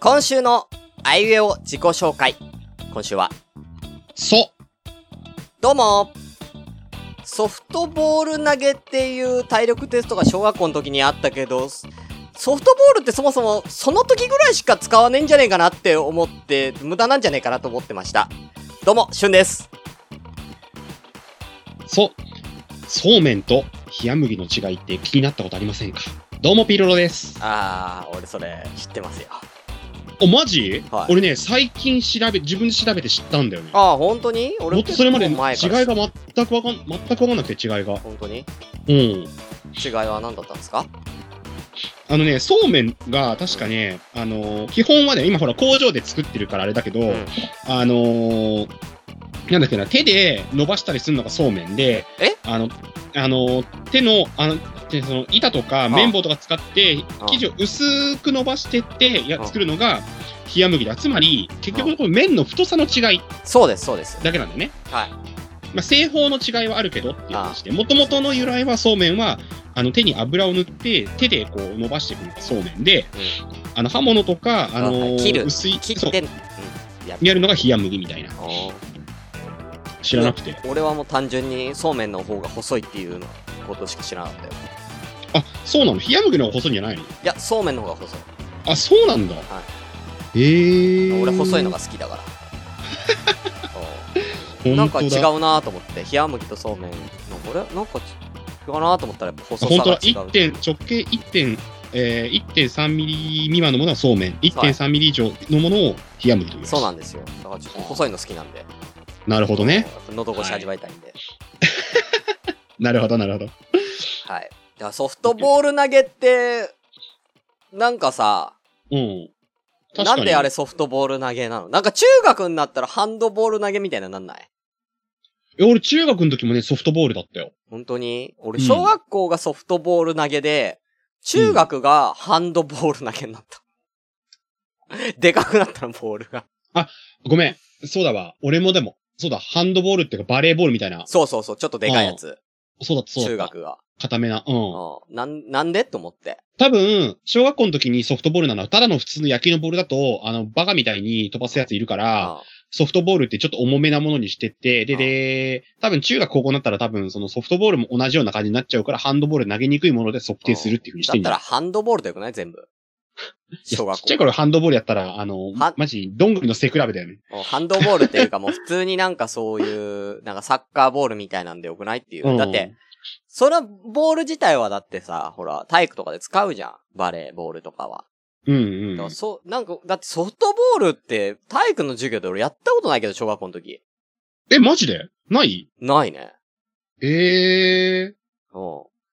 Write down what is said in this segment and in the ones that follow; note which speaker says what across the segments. Speaker 1: 今週のあいうえお自己紹介。今週は、
Speaker 2: そ、
Speaker 1: どうもソフトボール投げっていう体力テストが小学校の時にあったけど、ソフトボールってそもそもその時ぐらいしか使わねえんじゃねえかなって思って、無駄なんじゃねえかなと思ってました。どうも、しゅんです。
Speaker 2: そ、そうめんと冷麦の違いって気になったことありませんかどうもピロロです。
Speaker 1: あー、俺それ知ってますよ。
Speaker 2: お、マジ、
Speaker 1: はい
Speaker 2: 俺ね、最近調べ、自分で調べて知ったんだよね。
Speaker 1: あー、本当に俺
Speaker 2: もっとそれまで違い
Speaker 1: 結構前
Speaker 2: が
Speaker 1: から
Speaker 2: 全くわかん、全くわかんなくて違いが。
Speaker 1: 本当に
Speaker 2: うん。
Speaker 1: 違いは何だったんですか
Speaker 2: あのね、そうめんが確かね、あのー基本はね、今ほら工場で作ってるからあれだけど、
Speaker 1: うん
Speaker 2: あのーなんだっけな、手で伸ばしたりするのがそうめんで、
Speaker 1: え
Speaker 2: あの、あのー手の、あの、手その板とか綿棒とか使って
Speaker 1: あ、
Speaker 2: 生地を薄く伸ばしてってや
Speaker 1: あ
Speaker 2: 作るのが冷麦だ。つまり、結局この麺の太さの違い
Speaker 1: そうです、そうです。
Speaker 2: だけなんだよね。
Speaker 1: はい。
Speaker 2: まあ、製法の違いはあるけどっていう話で、もともとの由来はそうめんは、あの手に油を塗って、手でこう伸ばしていくのがそうめんで、あの刃物とか、あのー
Speaker 1: あはい切る
Speaker 2: 薄い、
Speaker 1: 切
Speaker 2: そ
Speaker 1: っ
Speaker 2: う
Speaker 1: てん、
Speaker 2: やるのが冷麦みたいな。
Speaker 1: あー
Speaker 2: 知らなくて。
Speaker 1: 俺はもう単純にそうめんの方が細いっていうのことしか知らなかったよ。
Speaker 2: あ、そうなの冷麦の方が細いんじゃないの
Speaker 1: いや、そうめんの方が細い。
Speaker 2: あ、そうなんだ。
Speaker 1: は
Speaker 2: えー。
Speaker 1: 俺細いのが。好き だから。そうなんか違
Speaker 2: う。
Speaker 1: うなと思って、冷麦とそうめんの、これなんか違うなと思ったらやっぱ細
Speaker 2: 本
Speaker 1: さ
Speaker 2: 当
Speaker 1: が
Speaker 2: だ。
Speaker 1: 違
Speaker 2: 1
Speaker 1: う。
Speaker 2: 点、直径1点、えー、1.3ミリ未満のものはそうめん。1.3ミリ以上のものを冷麦と言います。
Speaker 1: そうなんですよ。だからちょっと細いの好きなんで。
Speaker 2: なるほどね。
Speaker 1: やっぱ喉越し味わいたいんで。
Speaker 2: なるほど、なるほど。
Speaker 1: はい。だからソフトボール投げって、なんかさ、
Speaker 2: うん。確か
Speaker 1: な
Speaker 2: に
Speaker 1: んであれソフトボール投げなのなんか中学になったらハンドボール投げみたいなのなんない
Speaker 2: いや俺中学の時もね、ソフトボールだったよ。
Speaker 1: 本当に俺、
Speaker 2: うん
Speaker 1: 小学校がソフトボール投げで、中学がハンドボール投げになった。 でかくなったの、ボールが。
Speaker 2: ごめん。そうだわ。俺もでも、そうだ、ハンドボールっていうかバレーボールみたいな。
Speaker 1: そうそうそう、ちょっとでかいやつ。
Speaker 2: そうだった、そうだ。
Speaker 1: 中。学が。
Speaker 2: 固めな。うん。
Speaker 1: うん。なん、なんでと思って。
Speaker 2: 多分、小学校の時にソフトボールなのは、ただの普通の野球のボールだと、あの、バカみたいに飛ばすやついるから、ソフトボールってちょっと重めなものにしてって、で、
Speaker 1: あ
Speaker 2: で、多分中学高校になったら多分そのソフトボールも同じような感じになっちゃうから、ハンドボール投げにくいもので測定するっていう
Speaker 1: う
Speaker 2: ふう
Speaker 1: ん
Speaker 2: にし
Speaker 1: だ
Speaker 2: て
Speaker 1: っ
Speaker 2: ん
Speaker 1: た
Speaker 2: だ
Speaker 1: ら
Speaker 2: よ。
Speaker 1: ハンドボールだよくない全部。
Speaker 2: いや
Speaker 1: 小学
Speaker 2: ちっちゃい
Speaker 1: 校。
Speaker 2: 頃ハンドボールやったら、あの
Speaker 1: は、
Speaker 2: マジ、どんぐりの背比べだよね。
Speaker 1: うんハンドボールっていうかもう普通になんかそういう、なんかサッカーボールみたいなんでよくないっていう。
Speaker 2: うん
Speaker 1: だって、、そのボール自体はだってさ、ほら、体育とかで使うじゃん。バレーボールとかは。
Speaker 2: うん
Speaker 1: だか
Speaker 2: うん
Speaker 1: ら。そう、なんか、だってソフトボールって体育の授業で俺やったことないけど、小学校の時。
Speaker 2: え、マジでない
Speaker 1: ないね。
Speaker 2: ええ
Speaker 1: うん。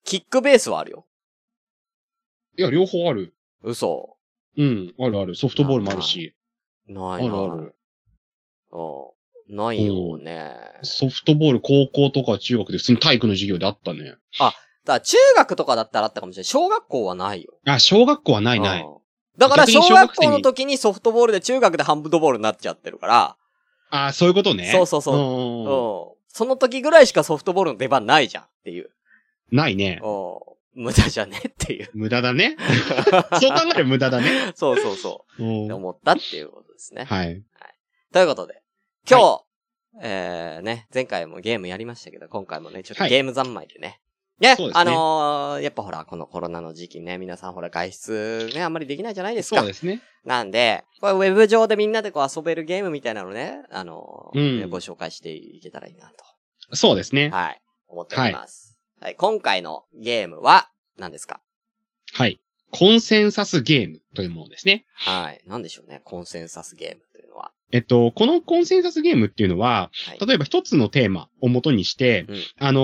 Speaker 1: キックベースはあるよ。
Speaker 2: いや、両方ある。
Speaker 1: 嘘。
Speaker 2: うん、あるある。ソフトボールもあるし。
Speaker 1: な
Speaker 2: あ
Speaker 1: い
Speaker 2: る
Speaker 1: な。
Speaker 2: ある。
Speaker 1: うん。ないよね。
Speaker 2: ソフトボール、高校とか中学で普通に体育の授業であったね。
Speaker 1: だから中学とかだったらあったかもしれない。小学校はないよ。
Speaker 2: あ、小学校はないない
Speaker 1: うん。。だから
Speaker 2: 逆に
Speaker 1: 小
Speaker 2: 小
Speaker 1: 学
Speaker 2: 学
Speaker 1: 校
Speaker 2: 生
Speaker 1: の
Speaker 2: に
Speaker 1: 時にソフトボールで中学でハンドボールになっちゃってるから、
Speaker 2: あ、そういうことね。
Speaker 1: そうそうそううん。
Speaker 2: そ
Speaker 1: その時ぐらいしかソフトボールの出番ないじゃんっていう。
Speaker 2: うん。ないね。
Speaker 1: うん。無駄じゃねっていう。
Speaker 2: 無駄 だね。そう考えれば無駄だね。
Speaker 1: そうそうそうう。っ
Speaker 2: ん
Speaker 1: て思ったっていうことですね。
Speaker 2: はい。
Speaker 1: ということで、今日、えーね、前回もゲームやりましたけど、今回もね、ちょっと
Speaker 2: はい
Speaker 1: ゲーム三昧でね。ね、
Speaker 2: そうですね
Speaker 1: あのー、やっぱほら、このコロナの時期ね、皆さんほら、外出ね、あんまりできないじゃないですか。
Speaker 2: そうですね。
Speaker 1: なんで、これウェブ上でみんなでこう遊べるゲームみたいなのね、あのー
Speaker 2: うん
Speaker 1: ねご紹介していけたらいいな
Speaker 2: そうですね
Speaker 1: と、。はい、思っております。はい、今回のゲームは、何ですか
Speaker 2: はい。コンセンサスゲームというものですね。
Speaker 1: はい、何でしょうね、コンセンサスゲームというのは。
Speaker 2: えっと、このコンセンサスゲームっていうのは、
Speaker 1: はい。
Speaker 2: 例えば一つのテーマを元にして、
Speaker 1: うん
Speaker 2: あの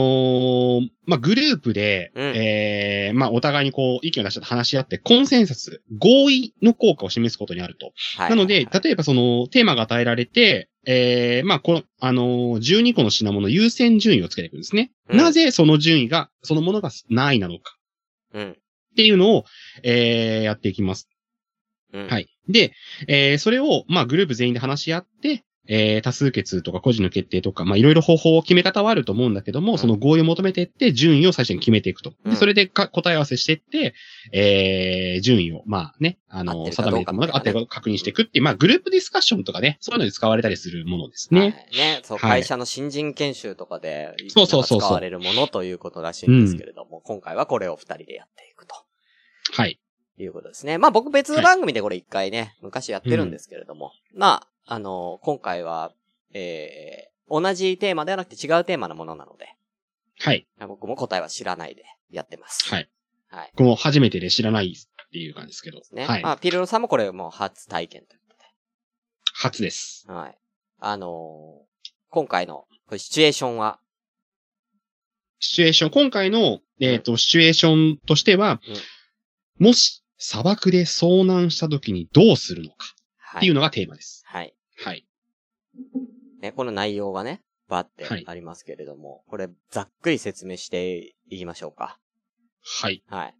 Speaker 2: ーまあ、グループで、
Speaker 1: うん
Speaker 2: ええまあ、お互いにこう、意見を出し合って話し合って、コンセンサス、合意の効果を示すことにあると。
Speaker 1: はい
Speaker 2: なので、
Speaker 1: はい
Speaker 2: 例えばその、テーマが与えられて、ええまあ、この、あのー12個の品物優先順位をつけていくんですね。
Speaker 1: うん
Speaker 2: なぜその順位が、そのものが何位なのか
Speaker 1: うん。
Speaker 2: っていうのを、ええやっていきます。
Speaker 1: うん。
Speaker 2: はい。で、えーそれを、まあ、グループ全員で話し合って、えー多数決とか個人の決定とか、まあ、いろいろ方法を決め方はあると思うんだけども、その合意を求めていって、順位を最初に決めていくと。
Speaker 1: うん
Speaker 2: でそれでか答え合わせしていって、えー順位を、まあね、あ
Speaker 1: 合っ
Speaker 2: の、
Speaker 1: てるか
Speaker 2: 定
Speaker 1: どう
Speaker 2: め
Speaker 1: か
Speaker 2: て
Speaker 1: みた
Speaker 2: もの
Speaker 1: いなね
Speaker 2: が合ってるかどうか確認していくっていう、まあ、グループディスカッションとかね、そういうのに使われたりするものです
Speaker 1: はい
Speaker 2: ね。
Speaker 1: ね、そう、
Speaker 2: はい
Speaker 1: 会社の新人研修とかで、
Speaker 2: そうそうそ
Speaker 1: なん
Speaker 2: うそう
Speaker 1: か使われるものということらしいんですけれども、今回はこれを二人でやっていくと。
Speaker 2: はい。
Speaker 1: いうことですね。まあ僕別番組でこれ一回ね、昔やってるんですけれども。まあ、あの今回は、えー、同じテーマではなくて違うテーマのものなので、
Speaker 2: はい。
Speaker 1: 僕も答えは知らないでやってます。
Speaker 2: はい。
Speaker 1: はい。
Speaker 2: 僕も初めてで知らないっていう感じですけど。
Speaker 1: ね。
Speaker 2: はい
Speaker 1: ま。あ、ピルロさんもこれもう初体験というこ
Speaker 2: 初です。
Speaker 1: とで。はい。あのー今回のこれシチュエーションは、
Speaker 2: シチュエーション、今回の、えっ、と、シチュエーションとしては、もし砂漠で遭難した時にどうするのか
Speaker 1: は
Speaker 2: っていうのがテーマです。
Speaker 1: はい。
Speaker 2: はい。
Speaker 1: ね、この内容がね、バって
Speaker 2: はい
Speaker 1: ありますけれども、これざっくり説明していきましょうか。
Speaker 2: はい。
Speaker 1: はい。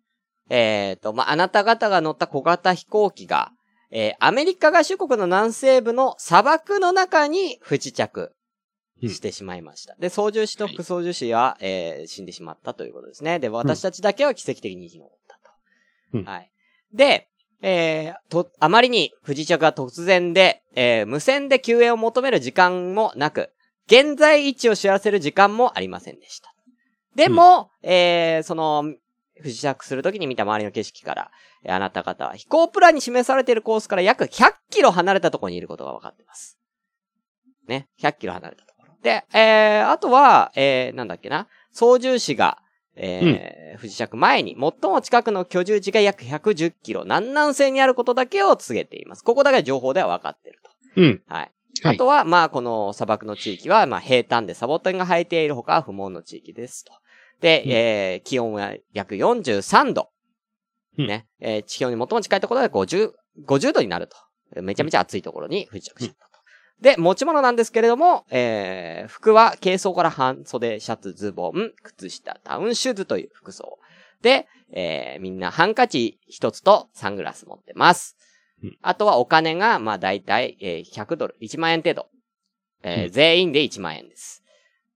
Speaker 1: えっ、と、まあ、あなた方が乗った小型飛行機が、えーアメリカ合衆国の南西部の砂漠の中に不時着してしまいました。で、操縦士と
Speaker 2: はい
Speaker 1: 副操縦士は、えー死んでしまったということですね。で、私たちだけは奇跡的に生き残ったと。
Speaker 2: うん
Speaker 1: はい。で、えーと、あまりに不時着が突然で、えー無線で救援を求める時間もなく、現在位置を知らせる時間もありませんでした。でも、えーその、不時着するときに見た周りの景色から、えーあなた方は飛行プランに示されているコースから約100キロ離れたところにいることが分かっています。ね、100キロ離れたところ。で、えー、あとは、えー、なんだっけな、操縦士が、えー不時着前に、最も近くの居住地が約110キロ、南南西にあることだけを告げています。ここだけは情報では分かっていると。
Speaker 2: うん。
Speaker 1: はい。
Speaker 2: は
Speaker 1: あ
Speaker 2: い。
Speaker 1: とは、まあ、この砂漠の地域は、まあ、平坦でサボテンが生えているほか不毛の地域ですと。で、
Speaker 2: うん
Speaker 1: えー気温は約43度。
Speaker 2: うん
Speaker 1: ね。えー地表に最も近いところで50、50度になると。めちゃめちゃ暑いところに不時着しちゃったと。で、持ち物なんですけれども、えー服は軽装から半袖、シャツ、ズボン、靴下、ダウンシューズという服装。で、えーみんなハンカチ一つとサングラス持ってます。
Speaker 2: うん
Speaker 1: あとはお金が、まあ大体、えー100ドル、1万円程度。えー
Speaker 2: うん
Speaker 1: 全員で1万円です。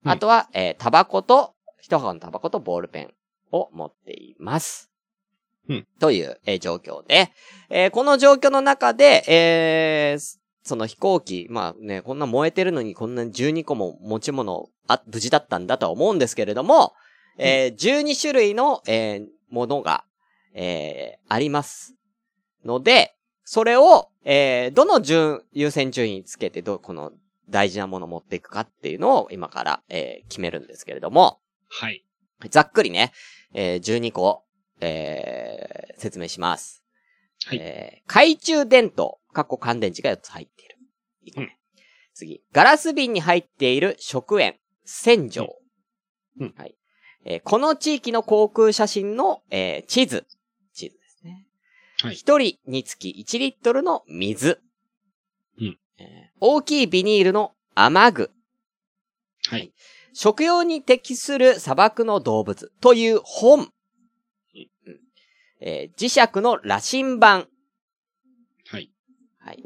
Speaker 2: うん
Speaker 1: あとは、えータバコと、一箱のタバコとボールペンを持っています。
Speaker 2: うん
Speaker 1: という、えー状況で、えーこの状況の中で、えーその飛行機、まあね、こんな燃えてるのにこんなに12個も持ち物あ、無事だったんだとは思うんですけれども、えー12種類の、えーものが、えーあります。ので、それを、えーどの順、優先順位につけて、ど、この大事なものを持っていくかっていうのを今から、えー決めるんですけれども、
Speaker 2: はい。
Speaker 1: ざっくりね、えー12個、えー説明します。
Speaker 2: はい。
Speaker 1: えー懐中電灯、かっこ乾電池が4つ入っている。いいかね次、ガラス瓶に入っている食塩、洗浄。
Speaker 2: うんうん
Speaker 1: はいえーこの地域の航空写真の、えー地図。地図ですね。
Speaker 2: はい
Speaker 1: 一人につき1リットルの水。
Speaker 2: うん
Speaker 1: えー大きいビニールの雨具。
Speaker 2: はい。
Speaker 1: 食用に適する砂漠の動物という本。うんえー磁石の羅針盤。
Speaker 2: はい。
Speaker 1: はい。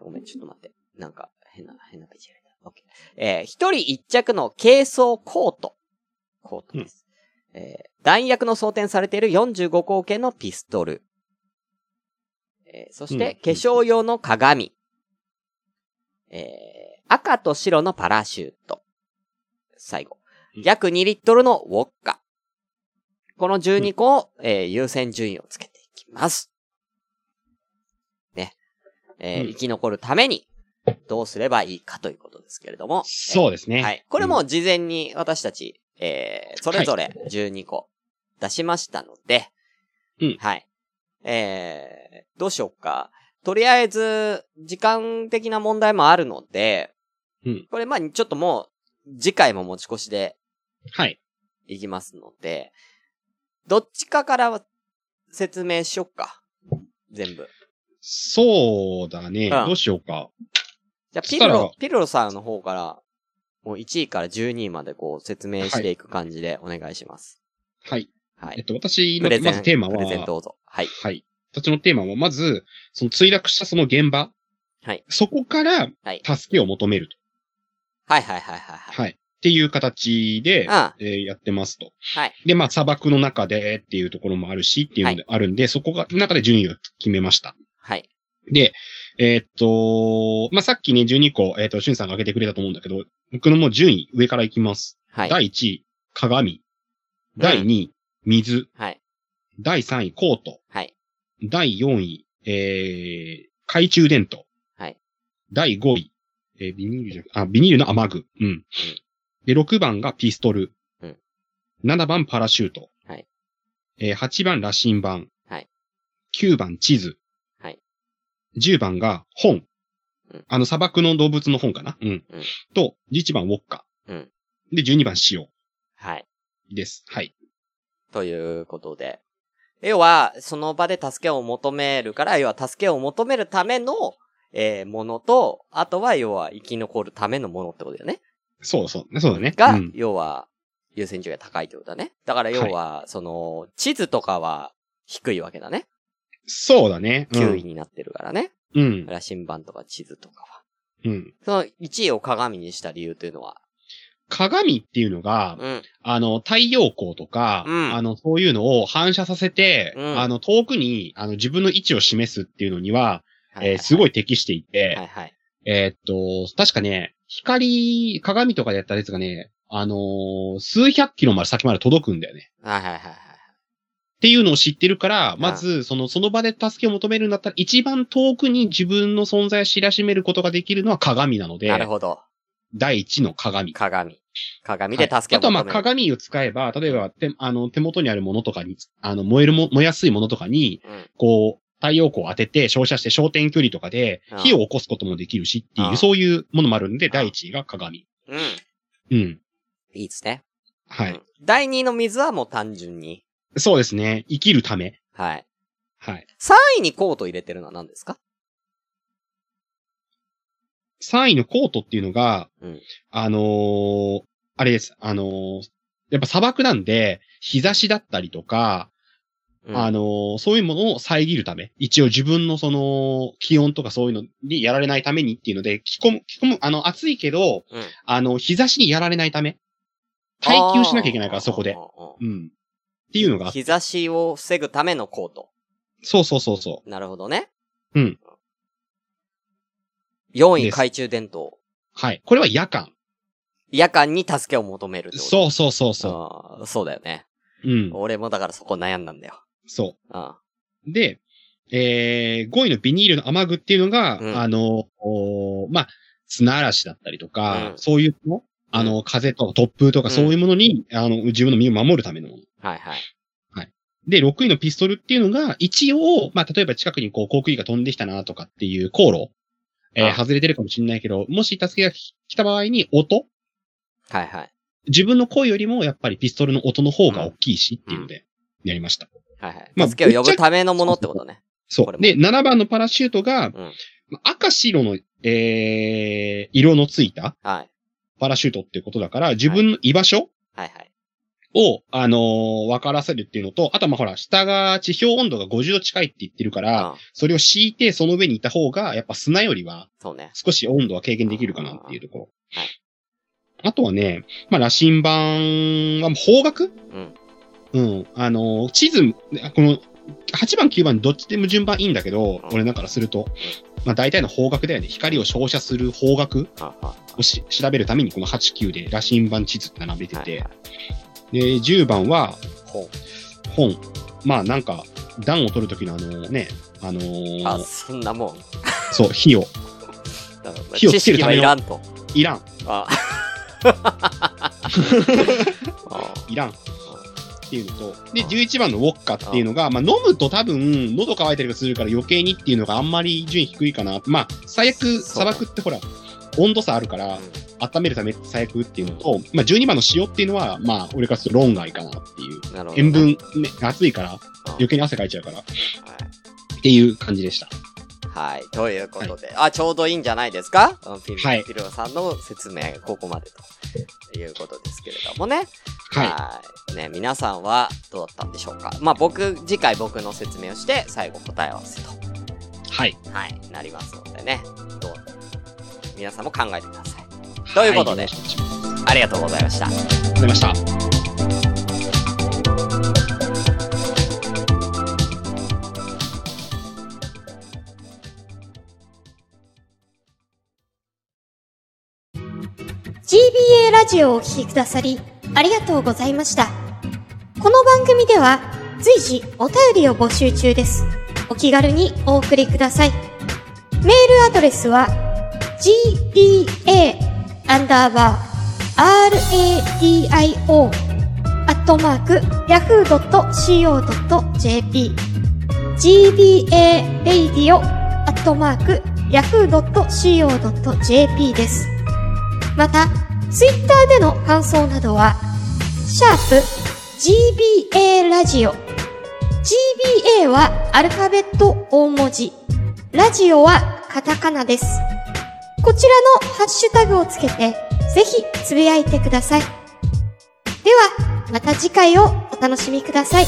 Speaker 1: ごめん、ちょっと待って。なんか、変な、変なページ開いた。オッケー。えー一人一着の軽装コート。コートです。えー弾薬の装填されている45口径のピストル。えーそして、
Speaker 2: う
Speaker 1: 化
Speaker 2: ん
Speaker 1: 粧用の鏡。えー赤と白のパラシュート。最後。
Speaker 2: うん
Speaker 1: 約2リットルのウォッカ。この12個を、えー優先順位をつけていきます。ね。えー
Speaker 2: うん
Speaker 1: 生き残るために、どうすればいいかということですけれども。
Speaker 2: そうですね。
Speaker 1: はい。これ
Speaker 2: う
Speaker 1: も
Speaker 2: ん、
Speaker 1: 事前に私たち、えー、それぞれ12個出しましたので、
Speaker 2: うん
Speaker 1: はい。えー、どうしようか。とりあえず、時間的な問題もあるので、
Speaker 2: うん
Speaker 1: これ、まあちょっともう、次回も持ち越しで
Speaker 2: はい。
Speaker 1: いきますので、どっちかから説明しよっか。全部。
Speaker 2: そうだね。
Speaker 1: うん
Speaker 2: どうしようか。
Speaker 1: じゃあ、
Speaker 2: そ
Speaker 1: ピ
Speaker 2: し
Speaker 1: ル
Speaker 2: たら
Speaker 1: ロ、ピルロさんの方から、もう1位から12位までこう説明していく感じでお願いします。
Speaker 2: はい。
Speaker 1: は
Speaker 2: えっ
Speaker 1: い。
Speaker 2: と、私
Speaker 1: プ
Speaker 2: の
Speaker 1: レ、ゼ
Speaker 2: ま
Speaker 1: ン、
Speaker 2: ずテーマは、
Speaker 1: プレゼンどうぞ。はい。
Speaker 2: はい。私のテーマは、まず、その墜落したその現場
Speaker 1: はい
Speaker 2: そこから
Speaker 1: はい、
Speaker 2: 助けを求めると。
Speaker 1: はいはいはいはいはい。
Speaker 2: はい。っていう形で、
Speaker 1: あ
Speaker 2: えーやってますと。
Speaker 1: はい。
Speaker 2: で、まあ、砂漠の中でっていうところもあるし、っていうのであるんで、そこが、中で順位を決めました。
Speaker 1: はい。
Speaker 2: で、えーっと、まあ、さっきね、12個、えーっと、しゅんさんが挙げてくれたと思うんだけど、僕のもう順位、上からいきます。
Speaker 1: はい。
Speaker 2: 第1位、鏡。第2位、水。
Speaker 1: はい。
Speaker 2: 第3位、コート。
Speaker 1: はい。
Speaker 2: 第4位、えー、懐中電灯。
Speaker 1: はい。
Speaker 2: 第5位、えー、ビニールじゃなくあ、ビニールの雨具。うん。で、6番がピストル。
Speaker 1: うん。
Speaker 2: 7番パラシュート。
Speaker 1: はい。
Speaker 2: えー、8番羅針盤。
Speaker 1: はい。
Speaker 2: 9番地図。
Speaker 1: はい。
Speaker 2: 10番が本。
Speaker 1: うん
Speaker 2: あの、砂漠の動物の本かなうん。
Speaker 1: うん
Speaker 2: と、11番ウォッカ。
Speaker 1: うん。
Speaker 2: で、12番塩
Speaker 1: はい。
Speaker 2: です。はい。
Speaker 1: ということで。要は、その場で助けを求めるから、要は助けを求めるための、えーものと、あとは要は生き残るためのものってことだよね。
Speaker 2: そうそう。そうだね。
Speaker 1: が、
Speaker 2: うん、
Speaker 1: 要は、優先順位が高いってことだね。だから要は、その、地図とかは低いわけだね。
Speaker 2: そうだね。うん
Speaker 1: 9位。になってるからね。
Speaker 2: うん。
Speaker 1: 羅針盤とか地図とかは。
Speaker 2: うん。
Speaker 1: その1位を鏡にした理由というのは。
Speaker 2: 鏡っていうのが、
Speaker 1: うん。
Speaker 2: あの、太陽光とか、
Speaker 1: うん
Speaker 2: あの、そういうのを反射させて、
Speaker 1: うん
Speaker 2: あの、遠くに、あの、自分の位置を示すっていうのには、
Speaker 1: はいはい
Speaker 2: えーすごい適していて、
Speaker 1: はいはい。
Speaker 2: えーっと、確かね、光、鏡とかでやったやつがね、あのー数百キロまで先まで届くんだよね。
Speaker 1: はいはいはいはい。
Speaker 2: っていうのを知ってるから、まず、その、その場で助けを求めるんだったら、一番遠くに自分の存在を知らしめることができるのは鏡なので
Speaker 1: な、るほど。
Speaker 2: 第一の鏡。
Speaker 1: 鏡。鏡で
Speaker 2: はい
Speaker 1: 助け
Speaker 2: あとは
Speaker 1: 求
Speaker 2: まあ
Speaker 1: める。
Speaker 2: 鏡を使えば、例えば手あの手元にあるものとかに、あの燃えるも、燃えやすいものとかに、
Speaker 1: うん
Speaker 2: こう、太陽光を当てて照射して焦点距離とかで
Speaker 1: ああ
Speaker 2: 火を起こすこともできるしって
Speaker 1: あ
Speaker 2: い
Speaker 1: あ
Speaker 2: う、そういうものもあるんで、
Speaker 1: あ
Speaker 2: 第一位が鏡。
Speaker 1: うん。
Speaker 2: うん。
Speaker 1: いいですね。
Speaker 2: は
Speaker 1: う
Speaker 2: い
Speaker 1: ん。。第2位の水はもう単純に。
Speaker 2: そうですね。生きるため。
Speaker 1: はい。
Speaker 2: はい。
Speaker 1: 3位にコート入れてるのは何ですか
Speaker 2: 3位のコートっていうのが、
Speaker 1: うん
Speaker 2: あのーあれです。あのーやっぱ砂漠なんで、日差しだったりとか、
Speaker 1: うん
Speaker 2: あのーそういうものを遮るため、一応自分のその、気温とかそういうのにやられないためにっていうので、着込む、着込む、あの、暑いけど、
Speaker 1: うん
Speaker 2: あの、日差しにやられないため、耐久しなきゃいけないか
Speaker 1: あー
Speaker 2: ら、そこで
Speaker 1: うん。うんうん
Speaker 2: うん。っていうのが、
Speaker 1: 日差しを防ぐためのコート。
Speaker 2: そうそうそうそ
Speaker 1: なるほどね。
Speaker 2: うん。
Speaker 1: 4位、
Speaker 2: です
Speaker 1: 懐中電灯。
Speaker 2: う。はい。これは夜間。
Speaker 1: 夜間に助けを求めるってこと
Speaker 2: そうそうそうそ
Speaker 1: あーそうだよね。
Speaker 2: う。うん。
Speaker 1: 俺もだからそこ悩んだんだよ。
Speaker 2: そう。
Speaker 1: あ
Speaker 2: で、えー、5位のビニールの雨具っていうのが、
Speaker 1: うん
Speaker 2: あの、おーまあ、砂嵐だったりとか、
Speaker 1: うん
Speaker 2: そういうの、あの、風とか突風と
Speaker 1: う
Speaker 2: か
Speaker 1: ん
Speaker 2: そういうものに、あの、自分の身を守るためのもの。
Speaker 1: あはいはい。
Speaker 2: で、6位のピストルっていうのが、一応、まあ、例えば近くにこう、航空機が飛んできたなとかっていう航路、えー
Speaker 1: あ
Speaker 2: 外れてるかもしれないけど、もし助けが来た場合に音
Speaker 1: はいはい。
Speaker 2: 自分の声よりもやっぱりピストルの音の方が大きいしっていうので、やりました。
Speaker 1: はいは
Speaker 2: ま
Speaker 1: い。
Speaker 2: あ
Speaker 1: 助けを呼ぶためのものってことね。
Speaker 2: そ
Speaker 1: これ
Speaker 2: う。
Speaker 1: も
Speaker 2: で、7番のパラシュートが、
Speaker 1: ん
Speaker 2: 赤白の、えー、色のついた
Speaker 1: はい。
Speaker 2: パラシュートっていうことだから、自分の居場所
Speaker 1: はいはい。
Speaker 2: を、あのー分からせるっていうのと、あとはまあほら、下が地表温度が50度近いって言ってるから、
Speaker 1: うん
Speaker 2: それを敷いてその上にいた方が、やっぱ砂よりは
Speaker 1: そうね。
Speaker 2: 少し温度は軽減できるかなっていうところ
Speaker 1: あーはい。
Speaker 2: あとはね、まあ、羅針盤はもう方角
Speaker 1: うん。
Speaker 2: うん。あのー地図、あこの、8番、9番、どっちでも順番いいんだけど
Speaker 1: うん、
Speaker 2: 俺なんからすると、まあ大体の方角だよね。光を照射する方角
Speaker 1: ああ
Speaker 2: をし調べるために、この8、9で羅針盤地図って並べて
Speaker 1: はいはい
Speaker 2: て、で、10番は
Speaker 1: ほ
Speaker 2: 本。まあなんか、暖を取るときのあのね、あの
Speaker 1: う
Speaker 2: ー
Speaker 1: あ、そんなもん。
Speaker 2: そう、火を、
Speaker 1: だから
Speaker 2: 火を
Speaker 1: 知
Speaker 2: つけ
Speaker 1: 識
Speaker 2: るた
Speaker 1: は
Speaker 2: め
Speaker 1: い
Speaker 2: の
Speaker 1: らんと。
Speaker 2: いらん、
Speaker 1: ああ
Speaker 2: いらん。っていうのと、で、11番のウォッカっていうのが、まあ、飲むと多分、喉乾いたりとかするから余計にっていうのがあんまり順位低いかな。まあ、最悪、
Speaker 1: そう
Speaker 2: 砂漠ってほら、温度差あるか
Speaker 1: あ
Speaker 2: ら
Speaker 1: う、ん
Speaker 2: 温めるため最悪っていうのと、まあ、12番の塩っていうのは、まあ、俺からすると論外かなっていう。
Speaker 1: なるほどね
Speaker 2: 塩分、ね、熱いから、
Speaker 1: うん
Speaker 2: 余計に汗かいちゃうから、っていう感じでした。
Speaker 1: はい。ということで。あ、ちょうどいいんじゃないですかあのピル、
Speaker 2: はい
Speaker 1: ピルロさんの説明、ここまでということですけれどもね。
Speaker 2: は
Speaker 1: ーいね、皆さんはどうだったんでしょうかまあ僕、次回僕の説明をして、最後答え合わせと
Speaker 2: い。はい。
Speaker 1: はい、なりますのでね。どう皆さんも考えてください。ということで
Speaker 2: はあ
Speaker 1: ありがとうございました。
Speaker 2: りがとうございました。
Speaker 3: GBA ラジオをお聴きくださり、ありがとうございました。この番組では、随時お便りを募集中です。お気軽にお送りください。メールアドレスは、gba, アンダーバー、radio, アットマーク、yahoo.co.jp gba, radio, アットマーク、yahoo.co.jp です。また、ツイッターでの感想などは、シャープ GBA ラジオ。GBA はアルファベット大文字。ラジオはカタカナです。こちらのハッシュタグをつけて、ぜひつぶやいてください。では、また次回をお楽しみください。